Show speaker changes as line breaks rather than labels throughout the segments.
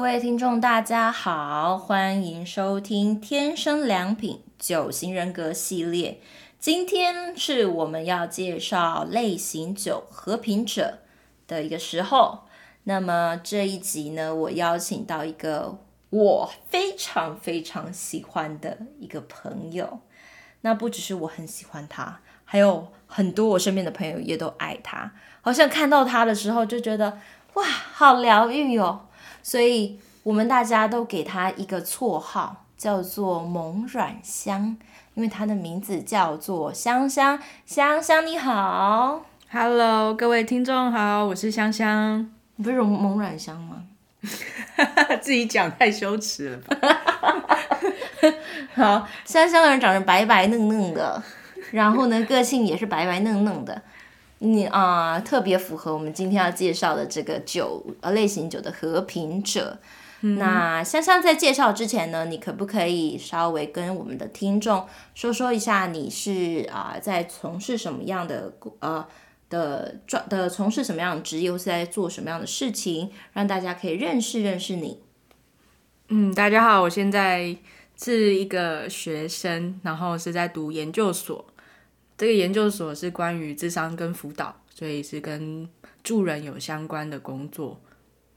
位听众大家好，欢迎收听《天生良品九型人格》系列。今天是我们要介绍类型九和平者的一个时候。那么这一集呢，我邀请到一个我非常非常喜欢的一个朋友。那不只是我很喜欢他，还有很多我身边的朋友也都爱他。好像看到他的时候就觉得哇，好疗愈哦。所以我们大家都给他一个绰号，叫做“萌软香”，因为他的名字叫做香香。香香你好，
Hello，各位听众好，我是香香。
你不是萌萌软香吗？
自己讲太羞耻了吧？
好，香香的人长得白白嫩嫩的，然后呢，个性也是白白嫩嫩的。你啊、特别符合我们今天要介绍的这个酒呃类型酒的和平者。那香香在介绍之前呢，你可不可以稍微跟我们的听众说说一下，你是啊、在从事什么样的呃的专的从事什么样的职业，或是在做什么样的事情，让大家可以认识认识你？
嗯，大家好，我现在是一个学生，然后是在读研究所。这个研究所是关于智商跟辅导，所以是跟助人有相关的工作。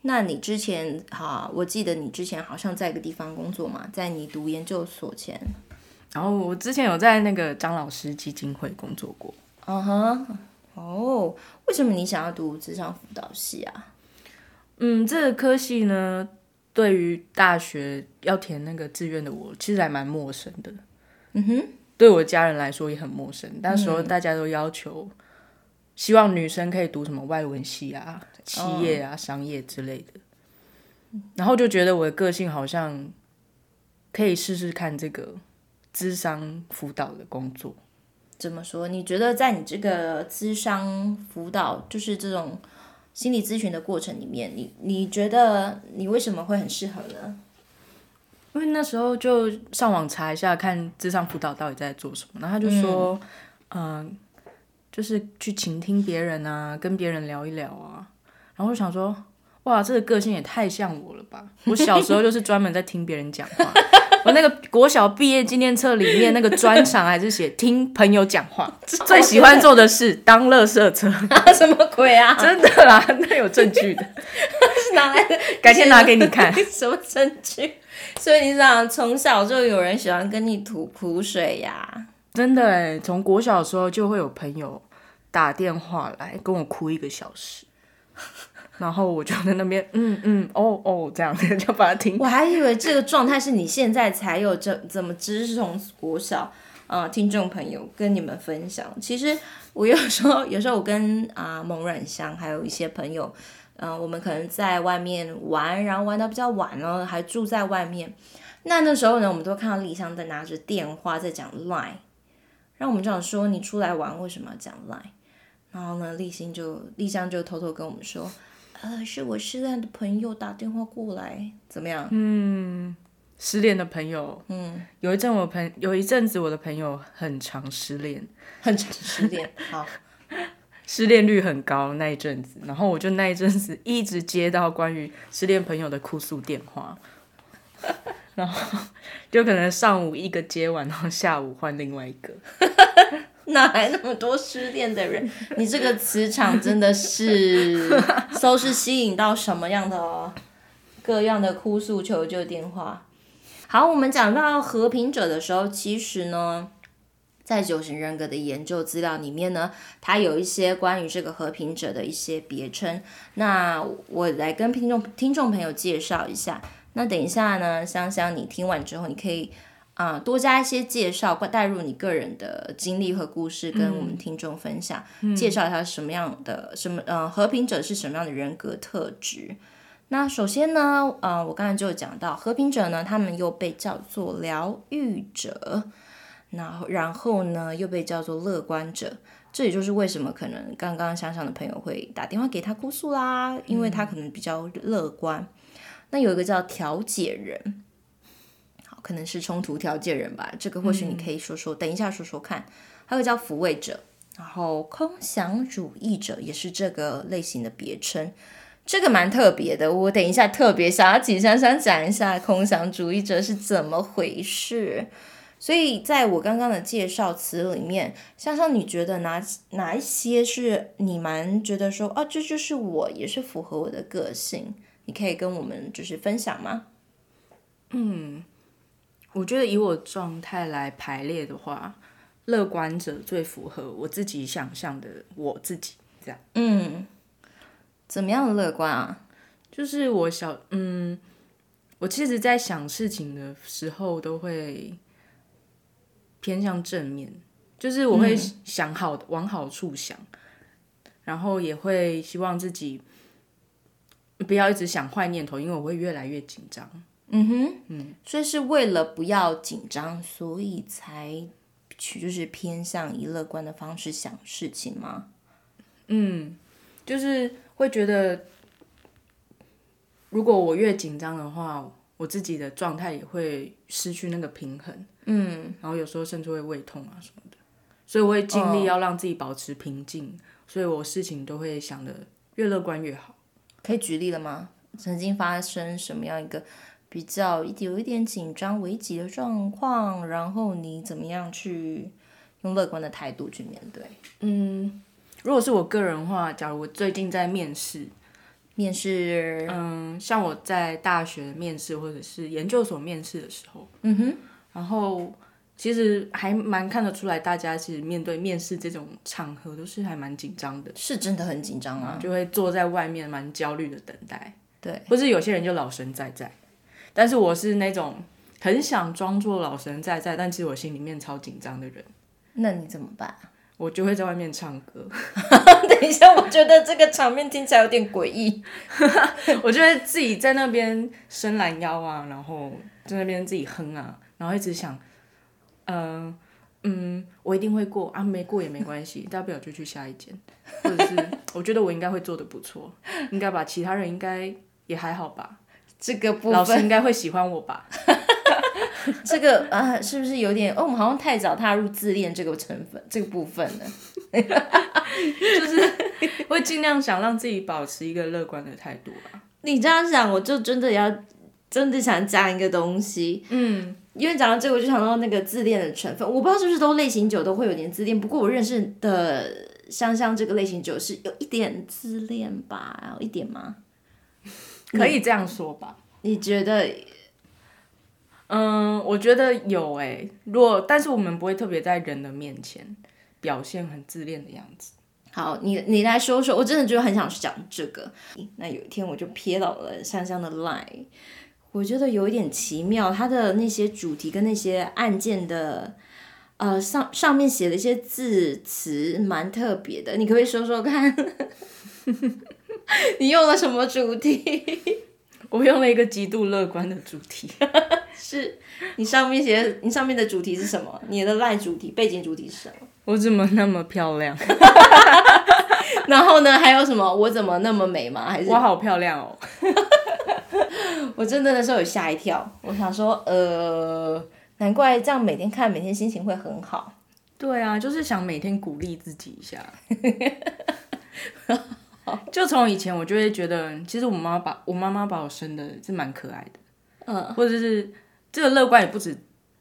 那你之前哈、我记得你之前好像在一个地方工作嘛，在你读研究所前，
然后我之前有在那个张老师基金会工作过。
嗯哼，哦，为什么你想要读职场辅导系啊？
嗯，这个科系呢，对于大学要填那个志愿的我，其实还蛮陌生的。嗯哼，嗯对我家人来说也很陌生。那时候大家都要求，希望女生可以读什么外文系啊、企业啊、商业之类的。然后就觉得我的个性好像可以试试看这个智商辅导的工作。
怎么说？你觉得在你这个咨商辅导，就是这种心理咨询的过程里面，你你觉得你为什么会很适合呢？
因为那时候就上网查一下，看智商辅导到底在做什么，然后他就说，嗯、就是去倾听别人啊，跟别人聊一聊啊，然后我就想说，哇，这个个性也太像我了吧！我小时候就是专门在听别人讲话，我那个国小毕业纪念册里面那个专场还是写听朋友讲话，最喜欢做的事当乐色车，
什么鬼啊？
真的啦，那有证据 的，
是哪来的？
改天拿给你看。
什么证据？所以你想，从小就有人喜欢跟你吐苦水呀、
真的哎，从国小的时候就会有朋友打电话来跟我哭一个小时，然后我就在那边 嗯嗯哦哦这样就把它听。
我还以为这个状态是你现在才有这怎么知识从国小呃听众朋友跟你们分享。其实我有时候有时候我跟啊、蒙软香还有一些朋友，嗯、我们可能在外面玩，然后玩到比较晚了，还住在外面。那那时候呢，我们都看到丽香在拿着电话在讲 Line，然后我们就想说你出来玩为什么要讲 Line？然后呢，丽欣就丽香就偷偷跟我们说，呃，是我失恋的朋友打电话过来，怎么样？
失恋的朋友，嗯，有一阵我朋有一阵子我的朋友很常失恋，
很常失恋。好，
失恋率很高那一阵子，然后我就那一阵子一直接到关于失恋朋友的哭诉电话， 然后就可能上午一个接完，然后下午换另外一个。
哪来那么多失恋的人？你这个磁场真的是，都是吸引到什么样的哦各样的哭诉求救电话？好，我们讲到和平者的时候，其实呢，在九型人格的研究资料里面呢，它有一些关于这个和平者的一些别称。那我来跟听众听众朋友介绍一下。那等一下呢，香香，你听完之后，你可以啊、多加一些介绍，带入你个人的经历和故事，跟我们听众分享，介绍一下什么样的什么呃和平者是什么样的人格特质。那首先呢，呃，我刚才就有讲到和平者呢，他们又被叫做疗愈者，那然后呢又被叫做乐观者。这也就是为什么可能刚刚想想的朋友会打电话给他哭诉啦，因为他可能比较乐观。那有一个叫调解人，好，可能是冲突调解人吧，这个或许你可以说说，等一下说说看。还有叫抚慰者，然后空想主义者也是这个类型的别称。这个蛮特别的，我等一下特别想要请珊珊讲一下空想主义者是怎么回事。所以在我刚刚的介绍词里面，珊珊，你觉得哪哪一些是你蛮觉得说，哦、啊，这就是我，也是符合我的个性？你可以跟我们就是分享吗？
我觉得以我状态来排列的话，乐观者最符合我自己想象的我自己。这样
怎么样的乐观啊？
就是我小嗯，我其实，在想事情的时候都会偏向正面，就是我会想好、往好处想，然后也会希望自己不要一直想坏念头，因为我会越来越紧张。
所以是为了不要紧张，所以才去就是偏向以乐观的方式想事情吗？
就是会觉得，如果我越紧张的话，我自己的状态也会失去那个平衡。嗯，然后有时候甚至会胃痛啊什么的，所以我会尽力要让自己保持平静，所以我事情都会想的越乐观越好。
可以举例了吗？曾经发生什么样一个比较有一点紧张危急的状况，然后你怎么样去用乐观的态度去面对？
如果是我个人的话，假如我最近在面试，
面试，
嗯，像我在大学面试或者是研究所面试的时候，嗯哼，然后其实还蛮看得出来，大家其实面对面试这种场合都是还蛮紧张的，嗯
是真的很紧张啊。
就会坐在外面蛮焦虑的等待，
对，
或是有些人就老神在在，但是我是那种很想装作老神在在，但其实我心里面超紧张的人，
那你怎么办？
我就会在外面唱歌。
等一下，我觉得这个场面听起来有点诡异。
我就会自己在那边伸懒腰啊，然后在那边自己哼啊，然后一直想，嗯嗯，我一定会过啊，没过也没关系， 大不了就去下一间，或者是我觉得我应该会做的不错，应该吧，其他人应该也还好吧，
这个部
老
分，
师应该会喜欢我吧，
这个啊，是不是有点？哦，我们好像太早踏入自恋这个成分这个部分了。
会尽量想让自己保持一个乐观的态度啊。
你这样想，我就真的要真的想讲一个东西，嗯，因为讲到这个，我就想到那个自恋的成分，我不知道是不是都类型酒都会有点自恋，不过我认识的香香这个类型酒是有一点自恋吧，有一点吗？嗯
可以这样说吧，
你觉得？
嗯，我觉得有诶、如果但是我们不会特别在人的面前表现很自恋的样子。
好，你你来说说，我真的就很想讲这个。那有一天我就瞥到了香香的 line，我觉得有一点奇妙，它的那些主题跟那些案件的，呃上上面写的一些字词蛮特别的，你可不可以说说看？ 你用了什么主题？
我用了一个极度乐观的主题，
是你上面写的，你上面的主题是什么？你的 line 主题背景主题是什么？
我怎么那么漂亮？
然后呢，还有什么？我怎么那么美吗？还是
我好漂亮哦！
我真的那时候有吓一跳，我想说，呃，难怪这样每天看，每天心情会很好。
对啊，就是想每天鼓励自己一下。 就从以前我就会觉得，其实我妈把我妈妈把我生的是蛮可爱的，嗯，或者是这个乐观也不止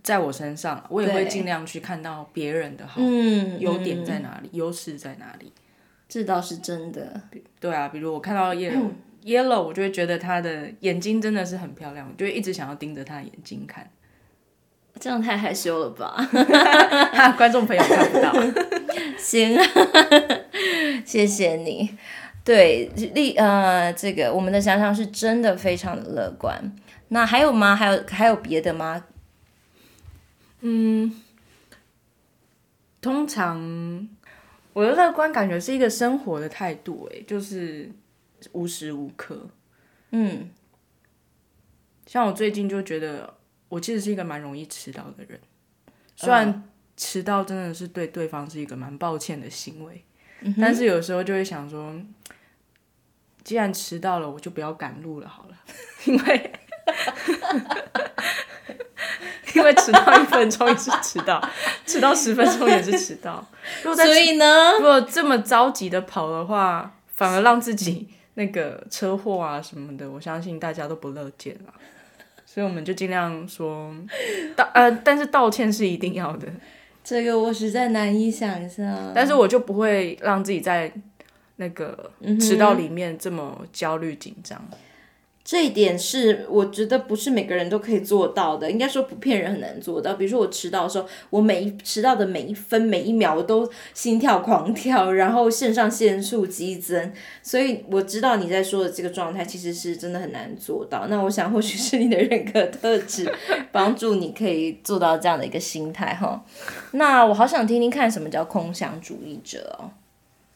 在我身上，我也会
对
尽量去看到别人的好，
嗯
优点在哪里，优势在哪里。
这倒是真的。
对啊，比如我看到 yellow yellow，我就会觉得她的眼睛真的是很漂亮，我就会一直想要盯着她的眼睛看。
这样太害羞了吧？
哈， 观众朋友看不到。
行， 谢谢你。对，丽呃，这个我们的想想是真的非常的乐观。那还有吗？还有还有别的吗？
通常我的乐观感觉是一个生活的态度、欸，就是无时无刻。
嗯，
像我最近就觉得，我其实是一个蛮容易迟到的人，虽然迟到真的是对对方是一个蛮抱歉的行为，
嗯
但是有时候就会想说，既然迟到了，我就不要赶路了好 了，因为因为迟到一分钟也是迟到，迟到十分钟也是迟到。如果在
所以呢，
如果这么着急的跑的话，反而让自己那个车祸啊什么的，我相信大家都不乐见啦。所以我们就尽量说道呃，但是道歉是一定要的，
这个我实在难以想象。
但是我就不会让自己在那个迟到里面这么焦虑紧张。
这一点是我觉得不是每个人都可以做到的，应该说不骗人很难做到。比如说我迟到的时候，我每一迟到的每一分每一秒，我都心跳狂跳，然后肾上腺素激增，所以我知道你在说的这个状态其实是真的很难做到。那我想或许是你的人格特质帮助你可以做到这样的一个心态哈。那我好想听听看什么叫空想主义者哦，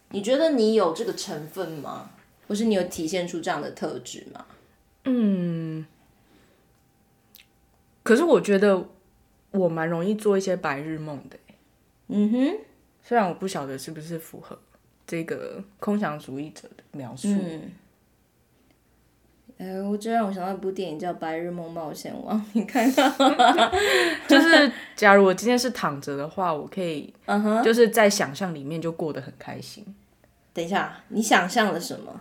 你觉得你有这个成分吗？或是你有体现出这样的特质吗？
可是我觉得我蛮容易做一些白日梦的，
嗯哼。
虽然我不晓得是不是符合这个空想主义者的描述。
嗯，哎，我这让我想到一部电影叫《白日梦冒险王》， 你看看，
就是假如我今天是躺着的话，我可以
嗯哼，
就是在想象里面就过得很开心。
等一下，你想象了什么？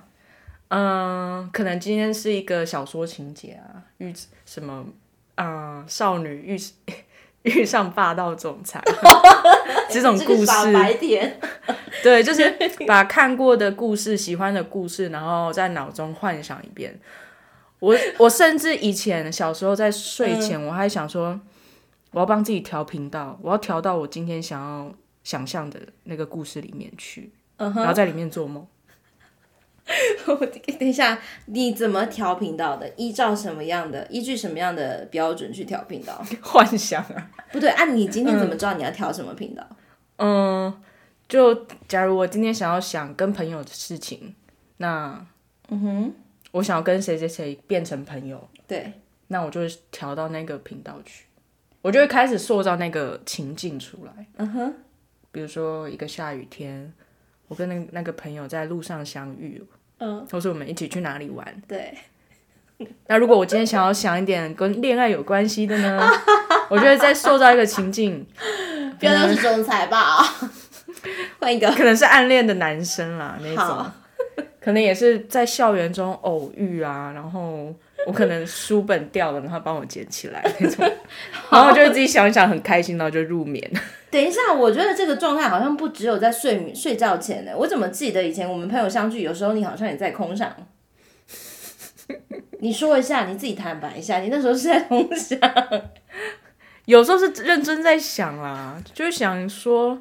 嗯，可能今天是一个小说情节啊，遇什么啊、少女遇 遇上霸道总 裁这种
个
故
傻
事，
白甜，
对，就是把看过的故事、喜欢的故事，然后在脑中幻想一遍。我我甚至以前小时候在睡前，我还想说，我要帮自己调频道，我要调到我今天想要想象的那个故事里面去，
嗯
然后在里面做梦。
我等一下，你怎么调频道的？依照什么样的，依据什么样的标准去调频道？
幻想啊，
不对，按、你今天怎么知道你要调什么频道？
嗯，就假如我今天想要想跟朋友的事情，那嗯哼，我想要跟谁谁谁变成朋友，
对，
那我就会调到那个频道去，我就会开始塑造那个情境出来。
嗯哼，
比如说一个下雨天，我跟那那个朋友在路上相遇，哦
嗯，
或是我们一起去哪里玩。
对，
那如果我今天想要想一点跟恋爱有关系的呢， 我就会再塑造一个情境，嗯
不要都是总裁吧， 换一个，
可能是暗恋的男生啦那
好
种，可能也是在校园中偶遇啊，然后。我可能书本掉了，然后他帮我捡起来那种，然后我就会自己想一想，很开心，然后就入眠。
等一下，我觉得这个状态好像不只有在睡眠睡觉前呢、我怎么记得以前我们朋友相聚，有时候你好像也在空上。你说一下，你自己坦白一下，你那时候是在空想，
有时候是认真在想啦，就是想说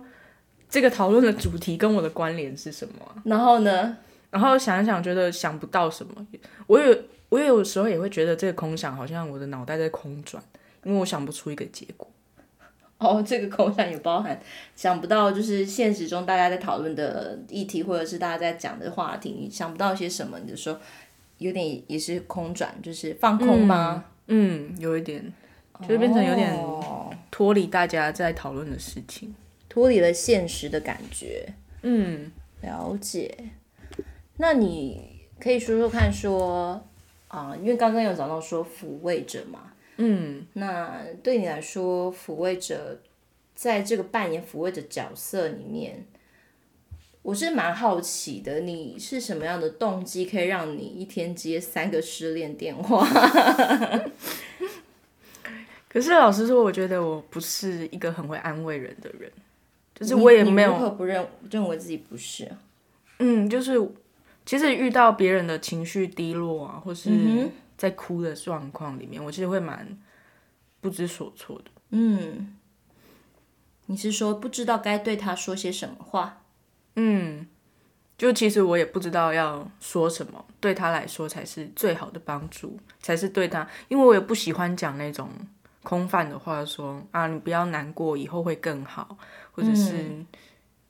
这个讨论的主题跟我的关联是什么啊，
然后呢？
然后想一想，觉得想不到什么。我有我有时候也会觉得这个空想好像我的脑袋在空转，因为我想不出一个结果。
哦，这个空想也包含想不到，就是现实中大家在讨论的议题，或者是大家在讲的话题，你想不到些什么，你就说有点也是空转，就是放空吗？
嗯，有一点嗯就是变成有点
哦
脱离大家在讨论的事情。
脱离了现实的感觉。
嗯，
了解，那你可以说说看说，啊，因为刚刚有讲到说抚慰者嘛，嗯，那对你来说，抚慰者在这个扮演抚慰者角色里面，我是蛮好奇的，你是什么样的动机可以让你一天接三个失恋电话？
可是老实说，我觉得我不是一个很会安慰人的人， 就是我也
你你
没有
如何不认认为自己不是，
嗯，就是其实遇到别人的情绪低落啊，或
嗯
是在哭的状况里面，我其实会蛮不知所措的。
嗯，你是说不知道该对他说些什么话？
嗯，就其实我也不知道要说什么，对他来说才是最好的帮助，才是对他，因为我也不喜欢讲那种空泛的话说啊，你不要难过，以后会更好，或者是、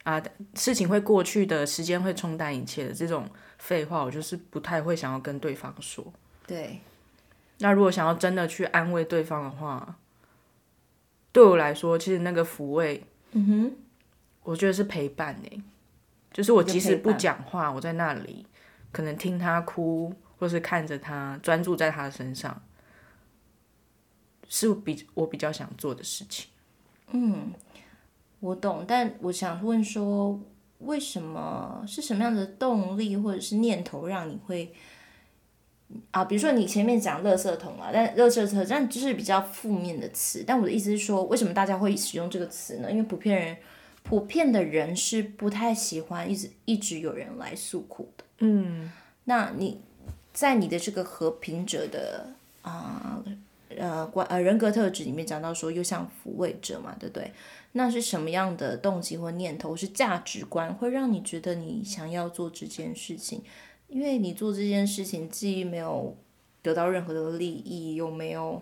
啊，事情会过去的，时间会冲淡一切的这种废话，我就是不太会想要跟对方说。
对，
那如果想要真的去安慰对方的话，对我来说，其实那个抚慰，
嗯哼，
我觉得是陪伴呢、就是我即
一
使不
个陪伴
讲话，我在那里可能听他哭，或是看着他，专注在他身上，是比我比较想做的事情。
我懂，但我想问说，为什么是什么样的动力或者是念头让你会啊？比如说你前面讲垃圾桶啊，但垃圾车，但就是比较负面的词。但我的意思是说，为什么大家会使用这个词呢？因为普遍人普遍的人是不太喜欢一直一直有人来诉苦的。
嗯，
那你在你的这个和平者的啊呃观呃人格特质里面讲到说，又像抚慰者嘛，对不对？那是什么样的动机呃或念头，是价值观，会让你觉得你想要做这件事情？因为你做这件事情，既没有得到任何的利益，又没有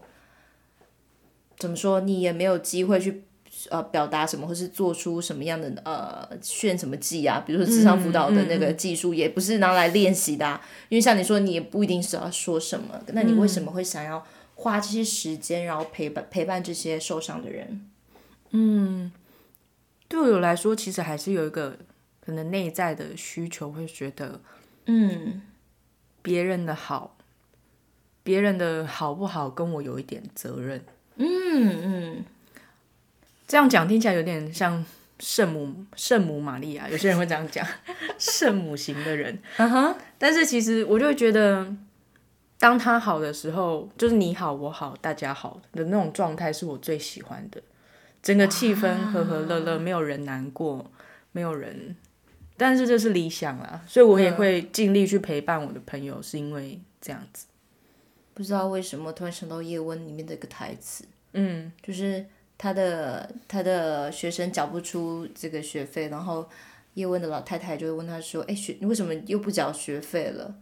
怎么说，你也没有机会去呃表达什么，或是做出什么样的呃炫什么技啊，比如说智商辅导的那个技术，也不是拿来练习的、啊。因为像你说，你也不一定是要说什么，那你为什么会想要花这些时间，然后陪伴陪伴这些受伤的人？
对我来说，其实还是有一个可能内在的需求，会觉得
嗯
别人的好，别人的好不好跟我有一点责任。
嗯嗯，
这样讲听起来有点像圣母圣母玛利亚，有些人会这样讲， 圣母型的人。
啊哈。
但是其实我就会觉得，当他好的时候，就是你好我好大家好的那种状态，是我最喜欢的。整个气氛和和乐乐，没有人难过，没有人。但是这是理想啦，所以我也会尽力去陪伴我的朋友，是因为这样子。
不知道为什么突然想到《叶问》里面的一个台词，嗯，就是他的他的学生缴不出这个学费，然后叶问的老太太就会问他说：“哎，学你为什么又不缴学费了？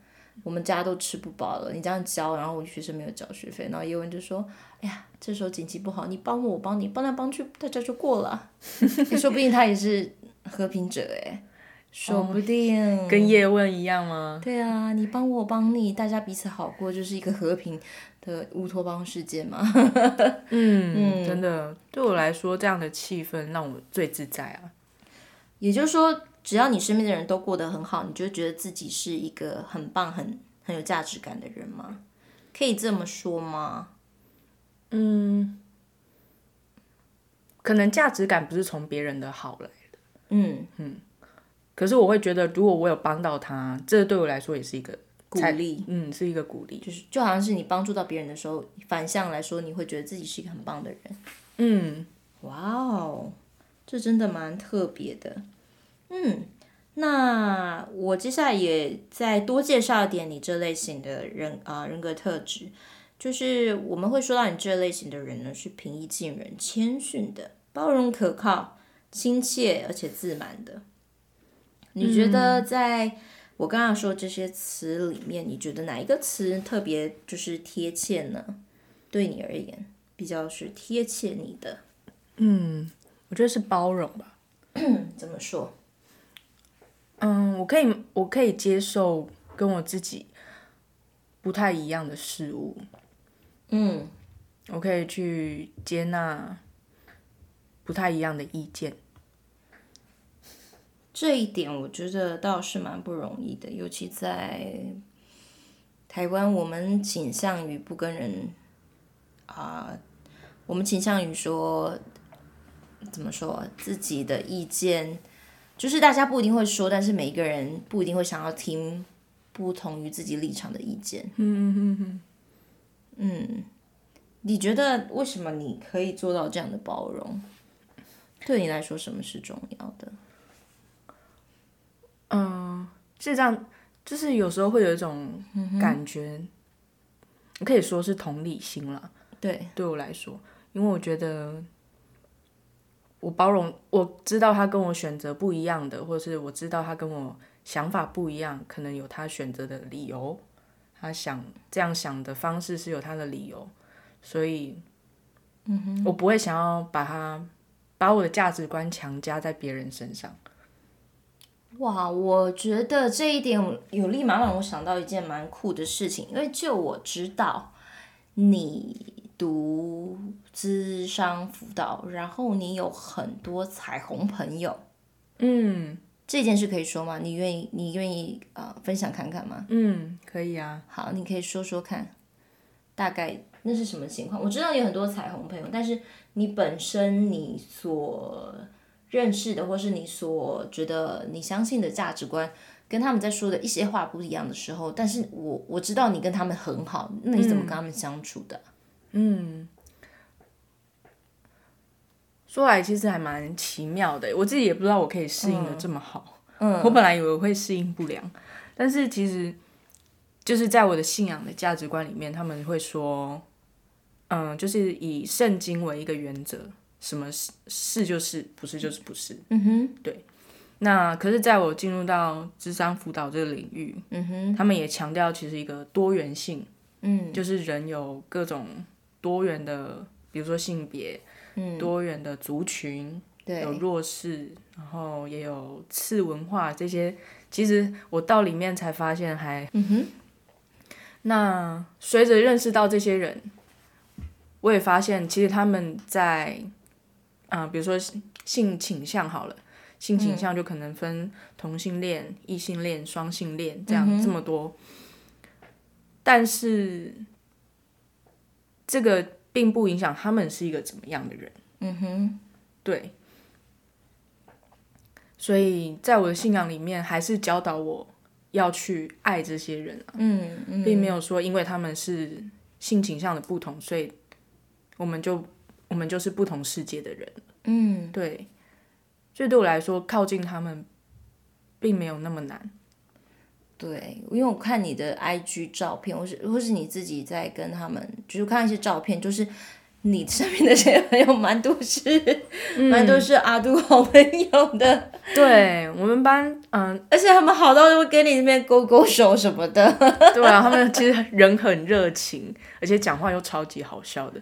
我们家都吃不饱了，你这样教，然后我学生没有缴学费。”然后叶问就说：“哎呀，这时候经济不好，你帮我，我帮你，帮来帮去，大家就过了。哎说不定他也是和平者哎，说不定、
跟叶问一样吗？
对啊，你帮我，我帮你，大家彼此好过，就是一个和平的乌托邦世界嘛。
嗯，真的，对我来说，这样的气氛让我最自在啊。
也就是说，只要你身边的人都过得很好，你就觉得自己是一个很棒、很很有价值感的人吗？可以这么说吗？
可能价值感不是从别人的好来，
嗯，
可是我会觉得，如果我有帮到他，这对我来说也是一个
鼓
才
励，
嗯，是一个鼓励。
就是就好像是你帮助到别人的时候，反向来说，你会觉得自己是一个很棒的人。
嗯，
哇哦，这真的蛮特别的。嗯，那我接下来也再多介绍一点你这类型的人啊、人格特质，就是我们会说到你这类型的人呢是平易近人、谦逊的、包容可靠、亲切而且自满的。你觉得在我刚刚说这些词里面，你觉得哪一个词特别就是贴切呢？对你而言，比较是贴切你的。
我觉得是包容吧。
怎么说？
嗯，我可以，我可以接受跟我自己不太一样的事物，
嗯
我可以去接纳不太一样的意见。，
这一点我觉得倒是蛮不容易的，尤其在台湾，我们倾向于不跟人啊、我们倾向于说怎么说自己的意见，就是大家不一定会说，但是每一个人不一定会想要听不同于自己立场的意见。嗯嗯嗯嗯。你觉得为什么你可以做到这样的包容？对你来说，什么是重要的？
是这样，就是有时候会有一种感觉，可以说是同理心啦。
对，
对我来说，因为我觉得我包容，我知道他跟我选择不一样的，或是我知道他跟我想法不一样，可能有他选择的理由，他想这样想的方式是有他的理由，所以，嗯哼，我不会想要把他把我的价值观强加在别人身上。
哇，我觉得这一点有立马让我想到一件蛮酷的事情，因为就我知道你读资商辅导，然后你有很多彩虹朋友，
嗯
这件事可以说吗？你愿意，你愿意呃分享看看吗？
嗯，可以啊。
好，你可以说说看，大概那是什么情况？我知道有很多彩虹朋友，但是你本身你所认识的，或是你所觉得你相信的价值观，跟他们在说的一些话不一样的时候，但是我我知道你跟他们很好，那你怎么跟他们相处的？
说来其实还蛮奇妙的，我自己也不知道我可以适应的这么好。嗯，我本来以为我会适应不良，但是其实就是在我的信仰的价值观里面，他们会说，嗯，就是以圣经为一个原则，什么是是就是，不是就是不是。
嗯哼，
那可是，在我进入到智商辅导这个领域，
嗯哼，
他们也强调其实一个多元性，
嗯
就是人有各种多元的，比如说性别，
嗯，
多元的族群，
对
有，弱势，然后也有次文化这些。其实我到里面才发现还，
嗯哼，
那随着认识到这些人，我也发现其实他们在，啊、比如说性倾向好了，性
嗯
倾向就可能分同性恋、异性恋、双性
嗯
恋这样、这么多，但是这个并不影响他们是一个怎么样的人。
嗯哼，
对，所以在我的信仰里面，还是教导我要去爱这些人啊、
嗯嗯，
并没有说因为他们是性倾向的不同，所以我们就我们就是不同世界的人。
嗯
对，所以对我来说，靠近他们并没有那么难。
对，因为我看你的 IG 照片，或是或是你自己在跟他们，就是看一些照片，就是你身边的些朋友蛮多是、蛮多是阿杜好朋友的，
对我们班，嗯，
而且他们好到就会跟你那边勾勾手什么的。
对啊，他们其实人很热情，而且讲话又超级好笑的。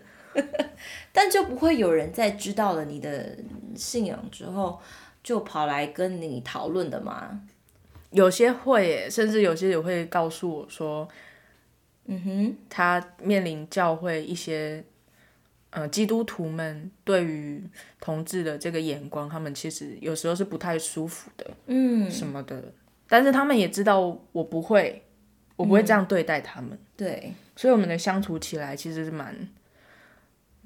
但就不会有人在知道了你的信仰之后，就跑来跟你讨论的嘛？
有些会耶，甚至有些也会告诉我说，
嗯哼，
他面临教会一些，呃，基督徒们对于同志的这个眼光，他们其实有时候是不太舒服的，
嗯，
什么的。但是他们也知道我不会，我不会这样对待他们，
对，
所以我们的相处起来其实是蛮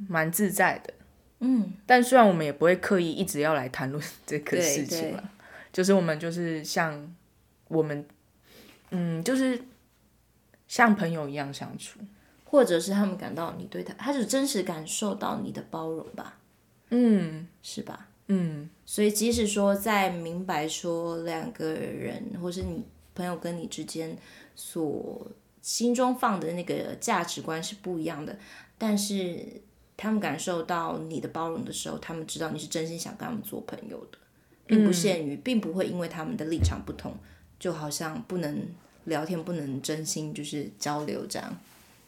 蛮自在的。
嗯，
但虽然我们也不会刻意一直要来谈论 这个
对
事情了，就是我们就是像我们，嗯，就是像朋友一样相处。
或者是他们感到你对他，他就真实感受到你的包容吧？嗯，是吧？
嗯，
所以，即使说在明白说两个人或是你朋友跟你之间所心中放的那个价值观是不一样的，但是他们感受到你的包容的时候，他们知道你是真心想跟他们做朋友的，并
嗯
不限于，并不会因为他们的立场不同，就好像不能聊天，不能真心就是交流这样。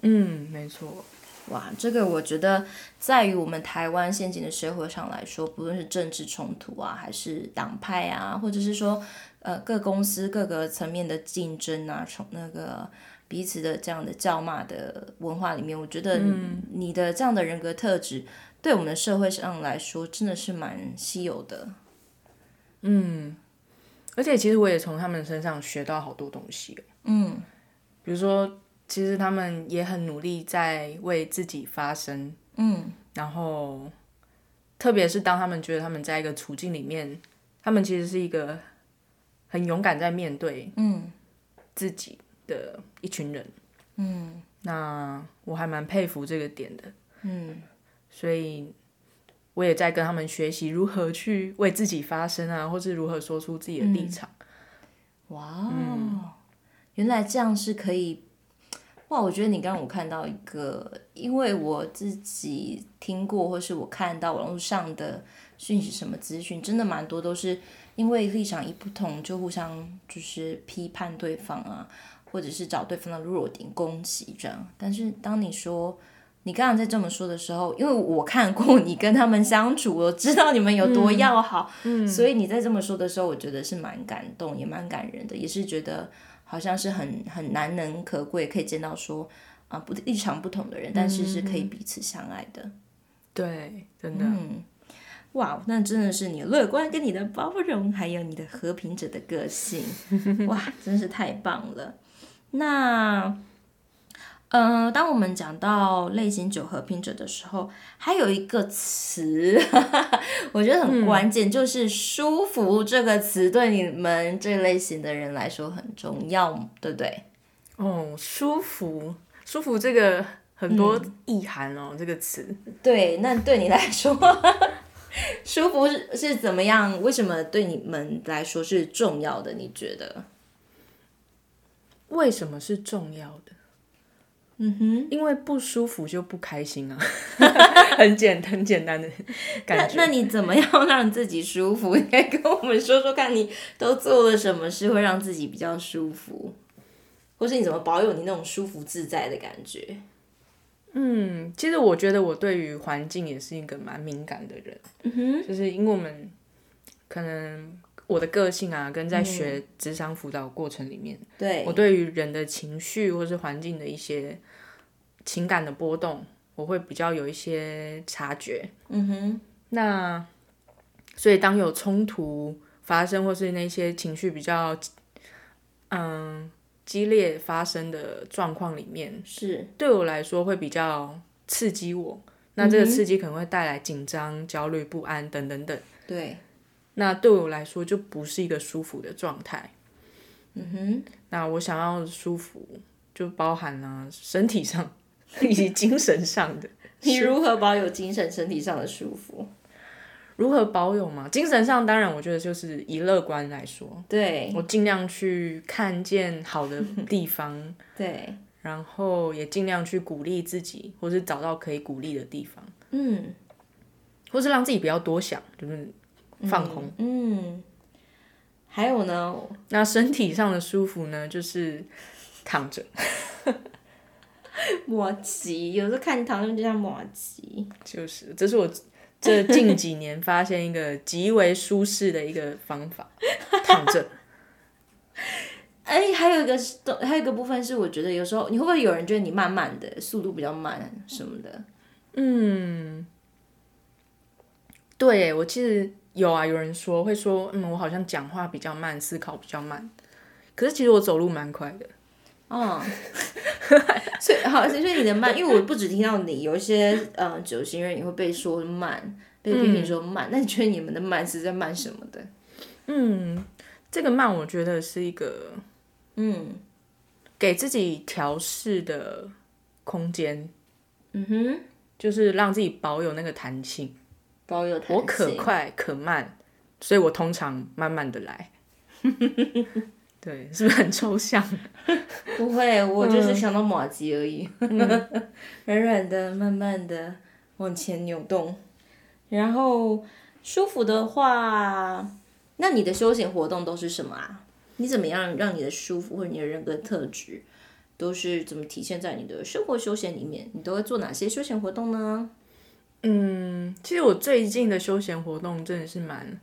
嗯，没错。
哇，这个我觉得在于我们台湾现今的社会上来说，不论是政治冲突啊，还是党派啊，或者是说呃各公司各个层面的竞争啊，从那个彼此的这样的叫骂的文化里面，我觉得你的这样的人格特质，对我们的社会上来说，真的是蛮稀有的。
而且其实我也从他们身上学到好多东西。嗯，比如说，其实他们也很努力在为自己发声。嗯，然后，特别是当他们觉得他们在一个处境里面，他们其实是一个很勇敢在面对
嗯
自己的一群人。嗯，那我还蛮佩服这个点的，
嗯
所以。我也在跟他们学习如何去为自己发声啊，或是如何说出自己的立场。
哇哦，原来这样是可以。哇，我觉得你刚刚我看到一个，因为我自己听过或是我看到网络上的讯息什么资讯，真的蛮多都是因为立场一不同就互相就是批判对方啊，或者是找对方的弱点攻击这样。但是当你说你刚刚在这么说的时候，因为我看过你跟他们相处，我知道你们有多要好，所以你在这么说的时候，我觉得是蛮感动，也蛮感人的，也是觉得好像是很很难能可贵，可以见到说啊不立场不同的人，但是是可以彼此相爱的。嗯
对，嗯真的。
哇，那真的是你乐观跟你的包容，还有你的和平者的 个性，哇，真是太棒了。那呃，当我们讲到类型九合拼者的时候，还有一个词， 我觉得
嗯
很关键，就是“舒服”这个词对你们这类型的人来说很重要，对不对？
哦，舒服，舒服这个很多意涵哦，这个词。
对，那对你来说，舒服是是怎么样？为什么对你们来说是重要的？你觉得？
为什么是重要的？嗯哼，因为不舒服就不开心 啊，很简很简单的
那
感觉。
那你怎么样让自己舒服？ 你可以跟我们说说看，你都做了什么事会让自己比较舒服，或是你怎么保有你那种舒服自在的感觉？
嗯，其实我觉得我对于环境也是一个蛮敏感的人，嗯、就是因为我们可能我的个性啊，跟在学职场辅导过程里面，
对，
我对于人的情绪或是环境的一些情感的波动，我会比较有一些察觉。
嗯哼，
那所以当有冲突发生，或是那些情绪比较嗯激烈发生的状况里面，
是，
对我来说会比较刺激我。那
嗯
这个刺激可能会带来紧张、焦虑、不安等等等。
对，
那对我来说就不是一个舒服的状态。
嗯哼，
那我想要舒服，就包含了身体上 以及精神上的。
你如何保有精神、身体上的舒服？
如何保有嘛？精神上当然，我觉得就是以乐观来说，
对，
我尽量去看见好的地方，
对，
然后也尽量去鼓励自己，或是找到可以鼓励的地方，
嗯，
或是让自己不要多想，就是放空。
嗯，还有呢，
那身体上的舒服呢，就是躺着，
马吉，有时候看你躺着就像马吉，
就是这是我这近几年发现一个极为舒适的一个 方法，躺着。
哎，还有一个是，还有一个部分是，我觉得有时候你会不会有人觉得你慢慢的速度比较慢什么的？
对我其实有啊，有人说会说，嗯，我好像讲话比较慢，思考比较慢，可是其实我走路蛮快的。
嗯，所以好，所以你的慢，因为我不只听到你，有一些呃九型人也会被说慢，被批评说慢。那你觉得你们的慢是在慢什么的？
嗯，这个慢我觉得是一个
嗯
给自己调试的空间，
嗯哼，
就是让自己保有那个弹性。
包有弹性
我可快可慢，所以我通常慢慢的来。 对，是不是很抽象？
不会，我就是想到马吉而已， 软软的，慢慢的往前扭动，然后舒服的话，那你的休闲活动都是什么啊？你怎么样让你的舒服或者你的人格特质，都是怎么体现在你的生活休闲里面？你都会做哪些休闲活动呢？
嗯，其实我最近的休闲活动真的是蛮，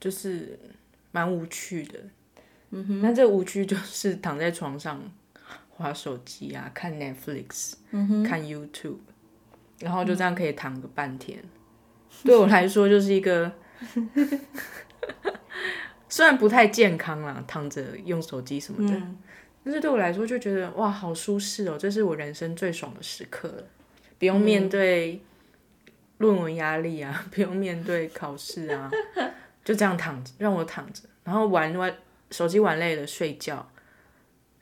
就是蛮无趣的。嗯哼，那这无趣就是躺在床上划手机啊，看 Netflix，、看 YouTube，然后就这样可以躺个半天。对我来说，就是一个虽然不太健康啦，躺着用手机什么的，但是对我来说就觉得哇，好舒适哦，这是我人生最爽的时刻了，不用面对论文压力啊， 不用面对考试啊，就这样躺着，让我躺着，然后玩玩手机玩累了睡觉，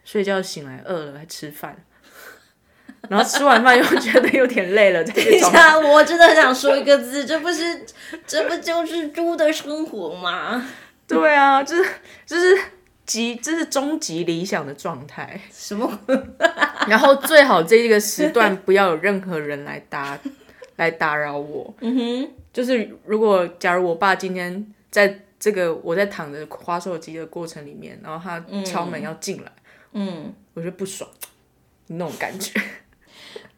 睡觉醒来饿了还吃饭。然后吃完饭又觉得有点累了，再
等一
去找
下，我真的很想说一个字，这不是，这不就是猪的生活 吗？
对啊，就是就是极，这是终极理想的状态。
什么？
然后最好这一个时段不要有任何人来打来打扰我。
嗯哼，
就是如果假如我爸今天在这个我在躺着划手机的过程里面，然后他敲门要进来，
嗯。
我就不爽，那种感觉。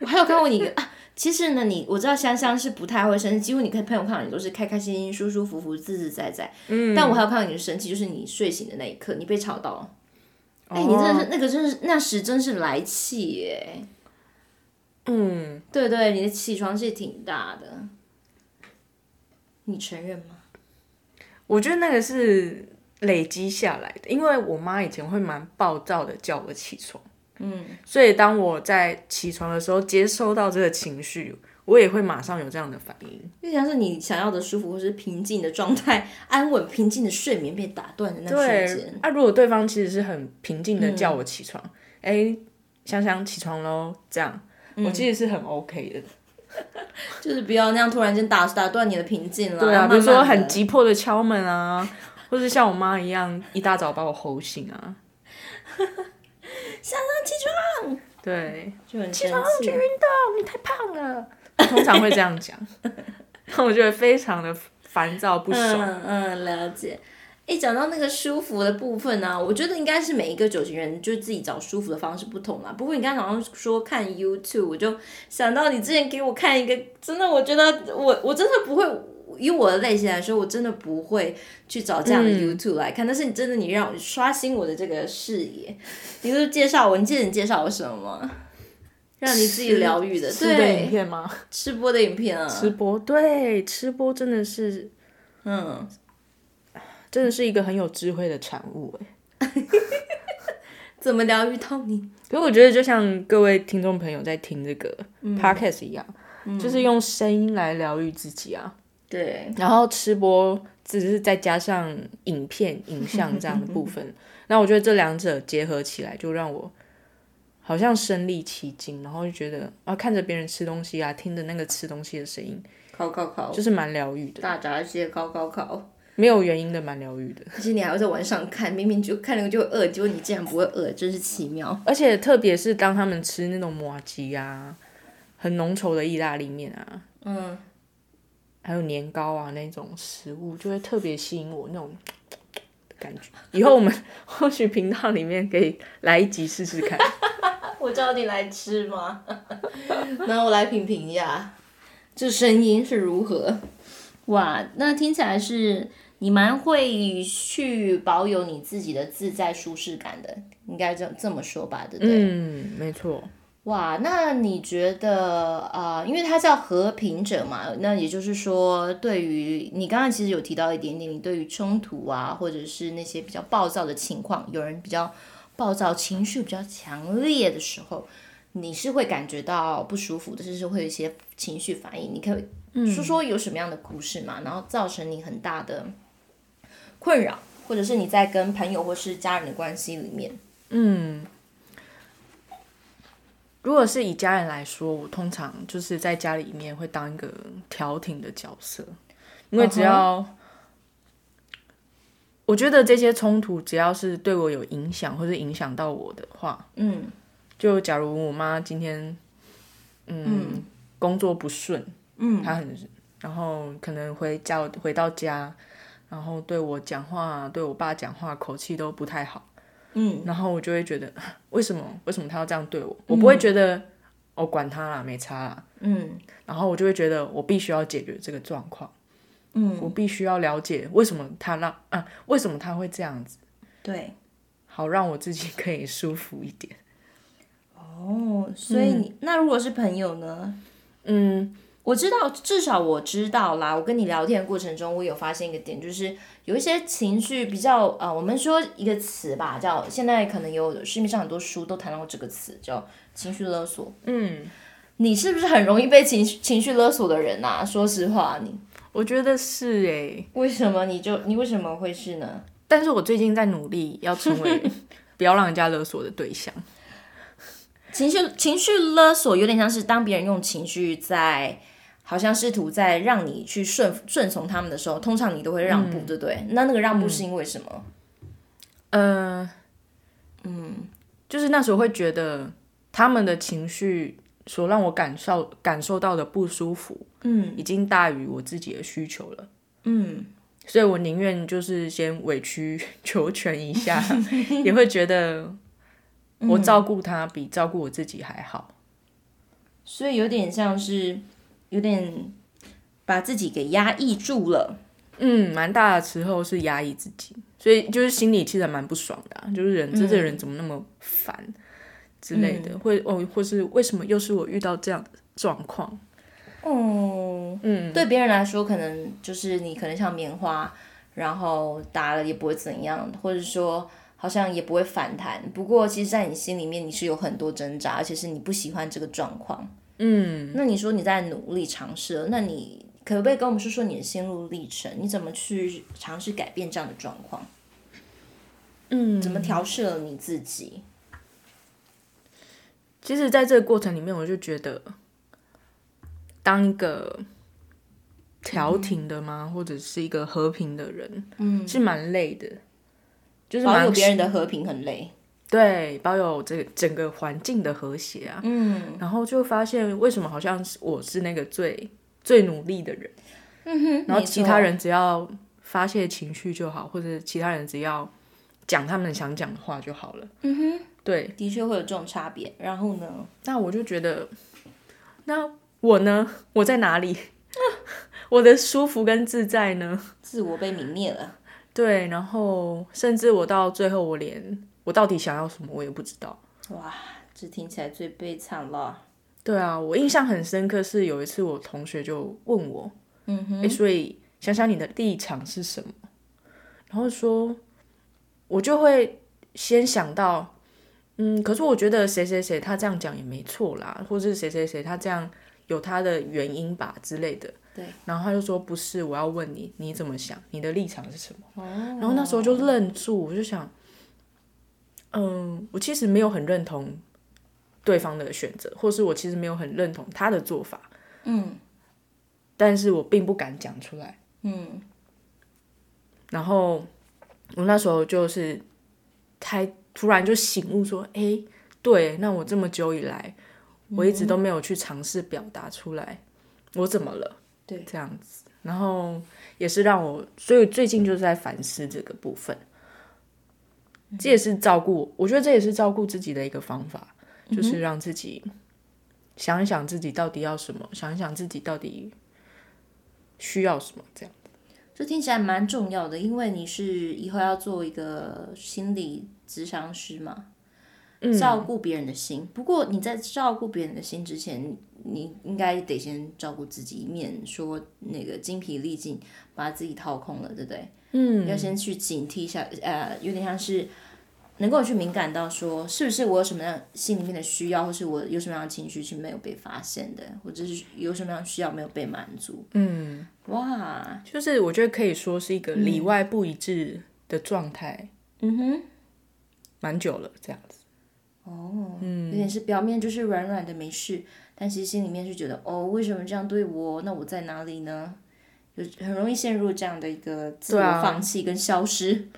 我还有看过你一个啊，其实呢，你我知道香香是不太会生气，几乎你看朋友看到你都是开开心心、舒舒服服、自自在在。嗯，但我还有看到你生气，就是你睡醒的那一刻，你被吵到
哦
了。哎、你真的是那个真是那时真是来气耶！
嗯，
对对，你的起床气挺大的，你承认吗？
我觉得那个是累积下来的，因为我妈以前会蛮暴躁的叫我起床，嗯，所以当我在起床的时候接收到这个情绪，我也会马上有这样的反应。
就像是你想要的舒服或是平静的状态，安稳平静的睡眠被打断的那瞬
对
间，，嗯
啊，如果对方其实是很平静的叫我起床，哎、香香起床喽，这样，
嗯
我其实是很 OK 的。
就是不要那样突然间打打断你的平静了。
对
要
啊，
慢
比如
慢
说
地
很急迫的敲门啊，或者像我妈一样一大早把我吼醒 啊。香香起床。对，
哎就很生气。
你太胖了，我通常会这样 讲，那我就会非常的烦躁不爽。
嗯嗯，了解。哎，讲到那个舒服的部分呢、我觉得应该是每一个九型人就自己找舒服的方式不同啦。不过你刚刚好像说看 YouTube，我就想到你之前给我看一个，真的，我觉得我我真的不会，以我的类型来说，我真的不会去找这样的
嗯
YouTube 来看。但是你真的，你让我刷新我的这个视野，你就介绍我，你记得你介绍我什么吗？让你自己疗愈的，
吃的影
对，
片吗？
吃播的影片啊，
吃播，对，吃播真的是，
嗯，
真的是一个很有智慧的产物哎。
怎么疗愈到你？
可是我觉得，就像各位听众朋友在听这个
嗯
podcast 一样，就是用声音来疗愈自己啊。
对，
然后吃播只是再加上影片、影像这样的部分，那我觉得这两者结合起来，就让我好像身临其境，然后就觉得啊，看着别人吃东西啊，听着那个吃东西的声音，
考考考，
就是蛮疗愈的，
大闸蟹考考考。
没有原因的蛮疗愈的。
而且你还会在晚上看，明明就看了就会饿，结果你竟然不会饿，真是奇妙。
而且特别是当他们吃那种麻吉啊，很浓稠的意大利面啊，
嗯，
还有年糕啊那种食物，就会特别吸引我那种感觉。以后我们 或许频道里面可以来一集试试看。
我叫你来吃 吗？然后我来品评一下，这声音是如何？哇，那听起来是你蛮会去保有你自己的自在舒适感的，应该这这么说吧，对不对？
嗯，没错。
哇，那你觉得啊、呃因为它叫和平者嘛，那也就是说，对于你刚刚其实有提到一点点，你对于冲突啊，或者是那些比较暴躁的情况，有人比较暴躁、情绪比较强烈的时候，你是会感觉到不舒服的，甚至会有一些情绪反应。你可以说说有什么样的故事嘛，然后造成你很大的困扰，或者是你在跟朋友或是家人的关系里面，
如果是以家人来说，我通常就是在家里面会当一个调停的角色，因为只要、
嗯
我觉得这些冲突只要是对我有影响或是影响到我的话，
嗯
就假如我妈今天嗯工作不顺，
嗯，
她很然后可能回家回到家，然后对我讲话对我爸讲话口气都不太好。
嗯
然后我就会觉得，为什么为什么他要这样对我？我不会觉得，哦，管他啦，没差啦。
嗯
然后我就会觉得，我必须要解决这个状况，
嗯，
我必须要了解为什么他让啊，为什么他会这样子，
对。
好让我自己可以舒服一点。
哦，所以你、那如果是朋友呢？
嗯，
我知道，至少我知道啦。我跟你聊天的过程中，我有发现一个点，就是有一些情绪比较呃，我们说一个词吧，叫现在可能有市面上很多书都谈到这个词，叫情绪勒索。
嗯，
你是不是很容易被情绪情绪勒索的人呐、说实话，你
我觉得是欸诶、
为什么你就你为什么会是呢？
但是我最近在努力要成为 不要让人家勒索的对象。
情绪情绪勒索有点像是当别人用情绪在，好像试图在让你去顺服顺从他们的时候，通常你都会让步，对不对？那那个让步是因为什么？
呃，嗯，就是那时候会觉得他们的情绪所让我感受感受到的不舒服，
嗯
已经大于我自己的需求了，
嗯
所以我宁愿就是先委曲求全一 下，也会觉得
嗯
我照顾他比照顾我自己还好。
所以有点像是有点把自己给压抑住了。
嗯，蛮大的时候是压抑自己，所以就是心里其实还蛮不爽的啊、就是人这这人怎么那么烦之类
嗯
的，或哦，或是为什么又是我遇到这样的状况？
哦，嗯，对别人来说，可能就是你可能像棉花，然后打了也不会怎样，或者说好像也不会反弹。不过，其实，在你心里面你是有很多挣扎，而且是你不喜欢这个状况。嗯，那你说你在努力尝试了，那你可不可以跟我们说说你的心路历程？你怎么去尝试改变这样的状况？嗯，怎么调试了你自己？
其实，在这个过程里面，我就觉得，当一个调停的吗，或者是一个和平的人，嗯，是蛮累的，就是
保
蛮
有别人的和平很累。
对保有这整个环境的和谐啊，嗯，然后就发现为什么好像是我是那个最最努力的人，
嗯哼
然后其他人只要发泄情绪就好，或者其他人只要讲他们想讲的话就好了，嗯哼，对，
的确会有这种差别。然后呢？
那我就觉得，那我呢？我在哪里？ 我的舒服跟自在呢？
自我被泯灭了。
对，然后甚至我到最后，我连我到底想要什么我也不知道。
哇，这听起来最悲惨了。
对啊，我印象很深刻是有一次我同学就问我，
嗯
哼，所以想想你的立场是什么？然后说，我就会先想到，嗯，可是我觉得谁谁谁他这样讲也没错啦，或是谁谁谁他这样有他的原因吧之类的。
对，
然后他就说不是，我要问你，你怎么想？你的立场是什么？
哦
然后那时候就愣住，我就想，嗯，我其实没有很认同对方的选择，或是我其实没有很认同他的做法，
嗯
但是我并不敢讲出来。
嗯
然后我那时候就是才突然就醒悟说，诶，对，那我这么久以来，我一直都没有去尝试表达出来，我怎么了？
对，
这样子，然后也是让我，所以最近就是在反思这个部分。这也是照顾，我觉得这也是照顾自己的一个方法，就是让自己想一想自己到底要什么，想一想自己到底需要什么，这样。
这听起来蛮重要的，因为你是以后要做一个心理咨商师嘛，照顾别人的心。不过你在照顾别人的心之前，你应该得先照顾自己，以免说那个精疲力尽，把自己掏空了，对不对？嗯，要先去警惕一下，呃，有点像是能够去敏感到说，是不是我有什么样心里面的需要，或是我有什么样的情绪是没有被发现的，或者是有什么样的需要没有被满足？嗯，哇，
就是我觉得可以说是一个里外不一致的状态，
嗯哼。
蛮、久了这样子。
哦，
嗯
有点是表面就是软软的没事，但其实心里面是觉得哦，为什么这样对我？那我在哪里呢？有很容易陷入这样的一个自我
对啊
放弃跟消失。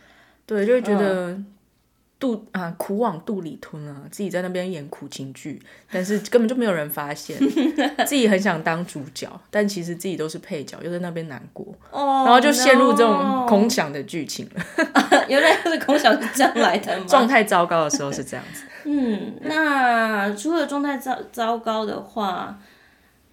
对，就会
嗯
觉得肚、啊苦往肚里吞啊，自己在那边演苦情剧，但是根本就没有人 发现，自己很想当主角，但其实自己都是配角，又在那边难过，
哦，
然后就陷入这种空想的剧情了。
no 哦 原来是空想是这样来的吗？
状态糟糕的时候是这样子，
嗯，那除了状态糟糟糕的话，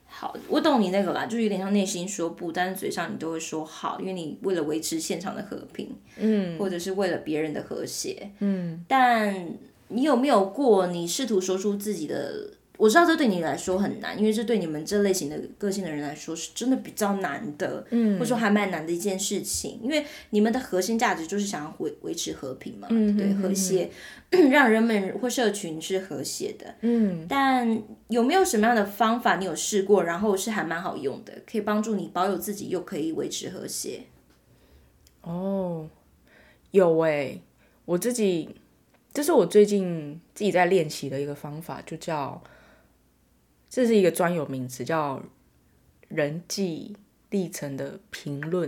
好，我懂你那个啦，就是有点像内心说不，但是嘴上你都会说好，因为你为了维持现场的和平，嗯，或者是为了别人的和谐，嗯，但你有没有过你试图说出自己的？我知道这对你来说很难，因为这对你们这类型的个性的人来说是真的比较难的，嗯，或者说还蛮难的一件事情，因为你们的核心价值就是想要维维持和平嘛，嗯、对，和谐， 让人们或社群是和谐的。嗯，但有没有什么样的方法你有试过，然后是还蛮好用的，可以帮助你保有自己，又可以维持和谐？
哦，有哎、我自己，这是我最近自己在练习的一个方法，就叫，这是一个专有名词，叫人际历程的评论。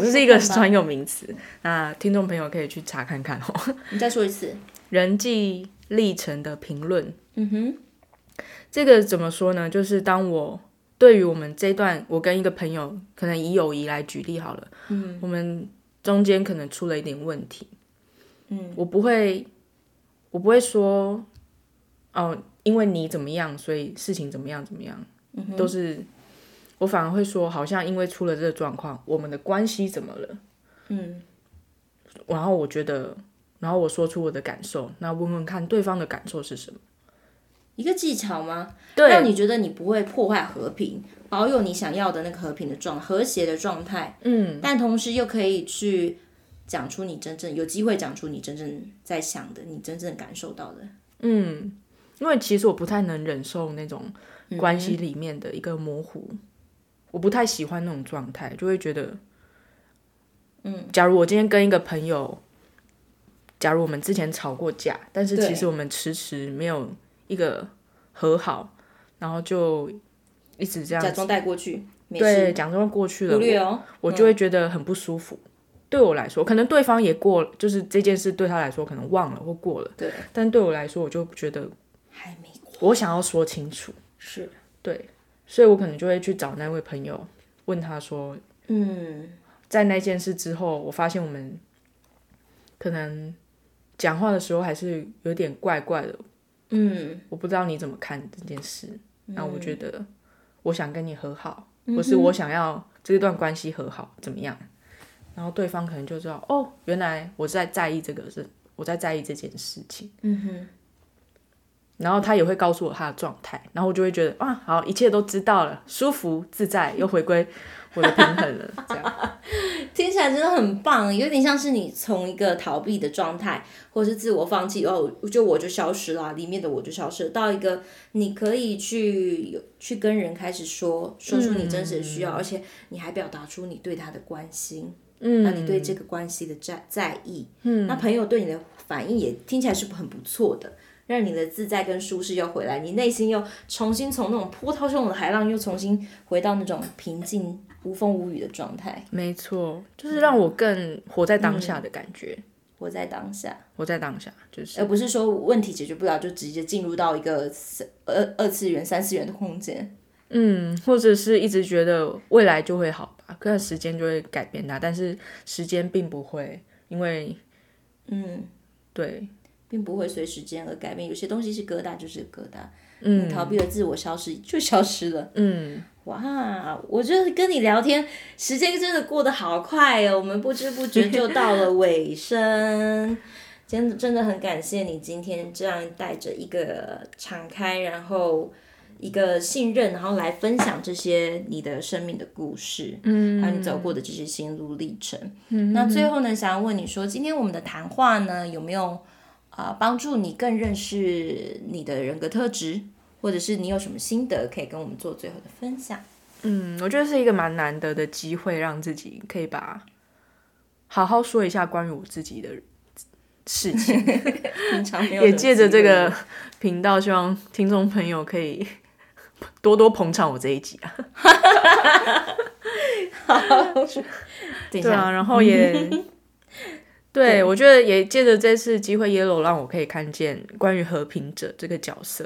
说
这是
说
一个
看吧
专有名词，那听众朋友可以去查看看哦。
你再说一次。
人际历程的评论，
嗯哼，
这个怎么说呢？就是当我对于我们这段，我跟一个朋友，可能以友谊来举例好了，嗯，我们中间可能出了一点问题，嗯，我不会，我不会说，哦，因为你怎么样，所以事情怎么样怎么样，
嗯
都是，我反而会说，好像因为出了这个状况，我们的关系怎么了？
嗯，
然后我觉得，然后我说出我的感受，那问问看对方的感受是什么？
一个技巧吗？
对，
让你觉得你不会破坏和平，保有你想要的那个和平的状和谐的状态。嗯，但同时又可以去讲出你真正有机会讲出你真正在想的，你真正感受到的。
嗯，因为其实我不太能忍受那种关系里面的一个模糊，我不太喜欢那种状态，就会觉得，嗯，假如我今天跟一个朋友，假如我们之前吵过架，但是
对
其实我们迟迟没有一个和好，然后就一直这样
假装带过去，没
对
事，
讲说过去了，
忽略哦。
我就会觉得很不舒服。对我来说，可能对方也过，就是这件事对他来说可能忘了或过了，
对，
但对我来说，我就觉得
还没
我想要说清楚，
是，
对，所以我可能就会去找那位朋友，问他说，
嗯，
在那件事之后，我发现我们可能讲话的时候还是有点怪怪的，
嗯，
我不知道你怎么看这件事。那我觉得我想跟你和好，或是我想要这段关系和好，怎么样？然后对方可能就知道，哦，原来我在在意这个事，我在在意这件事情。嗯哼。然后他也会告诉我他的状态，然后我就会觉得啊，好，一切都知道了，舒服自在，又回归我的平衡了。这样，
听起来真的很棒，有点像是你从一个逃避的状态，或是自我放弃，哦，就我就消失了，里面的我就消失了，到一个你可以去有去跟人开始说，说出你真实的需要，而且你还表达出你对他的关心，那你
嗯，
对这个关系的在在意，嗯，那朋友对你的反应也听起来是很不错的。让你的自在跟舒适又回来，你内心又重新从那种波涛汹涌的海浪，又重新回到那种平静、无风无雨的状态，
没错，就是让我更活在当下的感觉，
活在当下。
活在当下，就是
而不是说问题解决不了就直接进入到一个四二二次元、三次元的空间。
嗯，或者是一直觉得未来就会好吧，可能时间就会改变它，但是时间并不会，因为
嗯，
对，
并不会随时间而改变。有些东西是疙瘩，就是疙瘩。
嗯
你逃避了自我消失，就消失了。
嗯，
哇，我觉得跟你聊天，时间真的过得好快哦，我们不知不觉就到了尾声。真的真的很感谢你今天这样带着一个敞开，然后一个信任，然后来分享这些你的生命的故事，嗯，还有你走过的这些心路历程。嗯，那最后呢，想要问你说，今天我们的谈话呢，有没有啊、呃帮助你更认识你的人格特质？或者是你有什么心得可以跟我们做最后的分享？
嗯，我觉得是一个蛮难得的机会，让自己可以把好好说一下关于我自己的事情，
平常没有
也
的
借着
机会
这个 频道，希望听众朋友可以 多多捧场我这一集啊，
等一
对
下，
啊，然后 也。对，我觉得也借着这次机会，Yellow 让我可以看见关于和平者这个角色。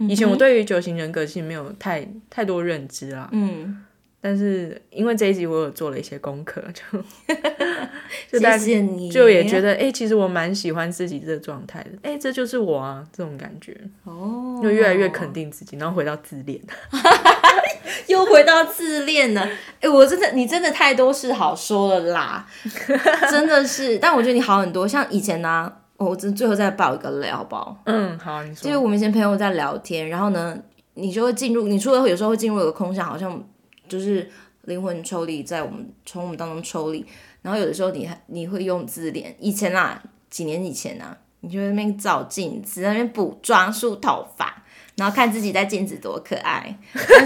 嗯
以前我对于九型人格其实没有太太多认知啦，
嗯，
但是因为这一集我有做了一些功课， 就就大
谢谢你，
就也觉得，哎、其实我蛮喜欢自己这个状态的，哎、这就是我啊，这种感觉，
哦，
就越来越肯定自己，然后回到自恋。
又回到自恋了。哎，我真的，你真的太多事好说了 啦，真的是。但我觉得你好很多，像以前呢、哦我真最后再爆一个料包，
嗯，好，你
就是
说，
我们以前朋友在聊天，然后呢，你就会进入，你除了有时候会进入一个空想，好像就是灵魂抽离，在我们从我们当中抽离，然后有的时候你还你会用自恋，以前啦，几年以前啊，你就在那边照镜子，在那边补妆、梳头发。然后看自己在镜子多可爱，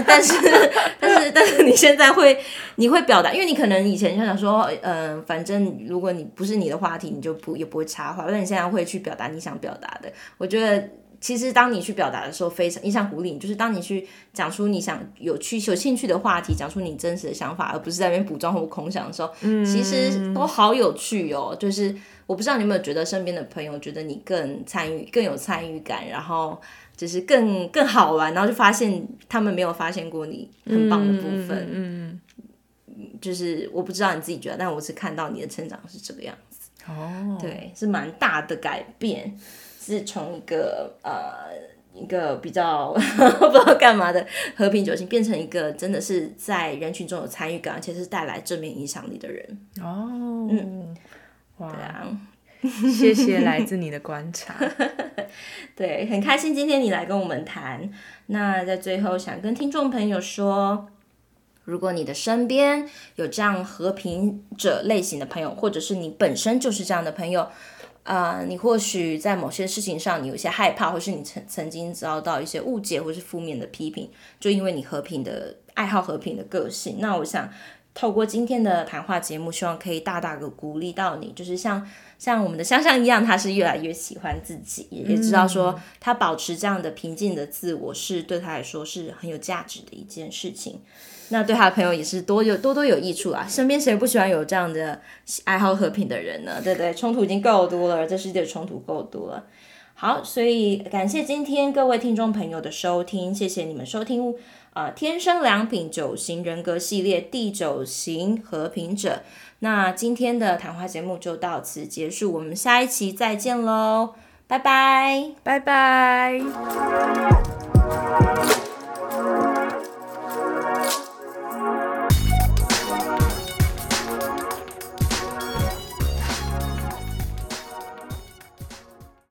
但是 但是但是你现在会你会表达，因为你可能以前就想说，嗯、反正如果你不是你的话题，你就不也不会插话，但你现在会去表达你想表达的。我觉得其实当你去表达的时候，非常你像狐狸，就是当你去讲出你想有趣、有兴趣的话题，讲出你真实的想法，而不是在那边补妆或空想的时候，其实都好有趣哦。就是我不知道你有没有觉得身边的朋友觉得你更参与、更有参与感，然后就是更更好玩，然后就发现他们没有发现过你很棒的部分。嗯，就是我不知道你自己觉得，但我是看到你的成长是这个样子。
哦，
对，是蛮大的改变，是从一个呃一个比较 不知道干嘛的和平酒型，变成一个真的是在人群中有参与感，而且是带来正面影响力的人。
哦，
对
哇，
啊，
谢谢来自你的观察。
对，很开心今天你来跟我们谈。那在最后，想跟听众朋友说，如果你的身边有这样和平者类型的朋友，或者是你本身就是这样的朋友，呃，你或许在某些事情上你有一些害怕，或是你曾曾经遭到一些误解或是负面的批评，就因为你和平的爱好和平的个性。那我想透过今天的谈话节目，希望可以大大的鼓励到你，就是像像我们的香香一样，她是越来越喜欢自己，也也知道说她保持这样的平静的自我是对她来说是很有价值的一件事情。那对她的朋友也是多有多多有益处啊！身边谁不喜欢有这样的爱好和平的人呢？对不对？冲突已经够多了，这世界的冲突够多了。好，所以感谢今天各位听众朋友的收听，谢谢你们收听呃《天生良品九型人格系列》第九型和平者。那今天的谈话节目就到此结束，我们下一期再见喽，拜拜。
拜拜。